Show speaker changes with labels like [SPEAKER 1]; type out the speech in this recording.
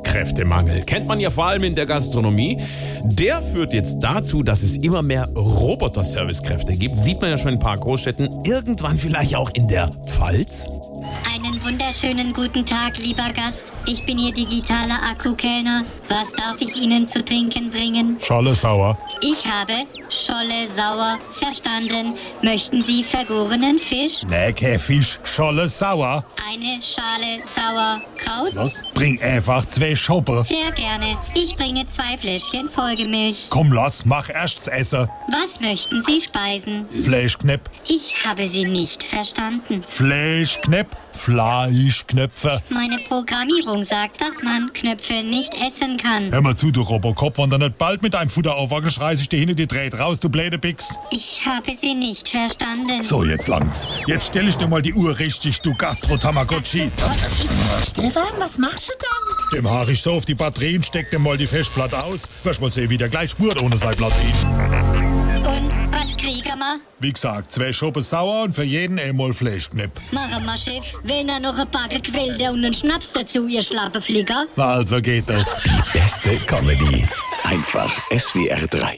[SPEAKER 1] Fachkräftemangel. Kennt man ja vor allem in der Gastronomie. Der führt jetzt dazu, dass es immer mehr Roboter-Servicekräfte gibt. Sieht man ja schon in ein paar Großstädten. Irgendwann vielleicht auch in der Pfalz.
[SPEAKER 2] Einen wunderschönen guten Tag, lieber Gast. Ich bin Ihr digitaler Akkukellner. Was darf ich Ihnen zu trinken bringen?
[SPEAKER 3] Scholle sauer.
[SPEAKER 2] Ich habe Scholle sauer verstanden. Möchten Sie vergorenen Fisch?
[SPEAKER 3] Nee, kein Fisch. Scholle sauer.
[SPEAKER 2] Eine Schale Sauerkraut?
[SPEAKER 3] Was? Bring einfach zwei Schoppen.
[SPEAKER 2] Sehr gerne. Ich bringe zwei Fläschchen Folgemilch.
[SPEAKER 3] Komm, lass, mach erst's Essen.
[SPEAKER 2] Was möchten Sie speisen?
[SPEAKER 3] Fleischknepp,
[SPEAKER 2] Ich habe Sie nicht verstanden.
[SPEAKER 3] Fleischknepp, Fleischknöpfe.
[SPEAKER 2] Meine Programmierung sagt, dass man Knöpfe nicht essen kann.
[SPEAKER 3] Hör mal zu, du Robocop, wenn du nicht bald mit deinem Futter aufwackelst, reiß ich dir hinter die Dreht raus, du blöde Pix.
[SPEAKER 2] Ich habe Sie nicht verstanden.
[SPEAKER 3] So, jetzt langt's. Jetzt stell ich dir mal die Uhr richtig, du Gastro-Tamagotchi.
[SPEAKER 4] Stefan, was machst du denn?
[SPEAKER 3] Dem haar ich so auf die Batterien, steck dem mal die Festplatte aus. Wirst mal sehen, wie der gleich spurt ohne sein Platin.
[SPEAKER 2] Und was kriegen wir?
[SPEAKER 3] Wie gesagt, zwei Schoppen sauer und für jeden einmal Fleischknepp.
[SPEAKER 2] Machen wir, Chef. Wenn er noch ein paar Gequälte und einen Schnaps dazu, ihr Schlappenflieger.
[SPEAKER 3] Na, also geht das.
[SPEAKER 5] Die beste Comedy. Einfach SWR 3.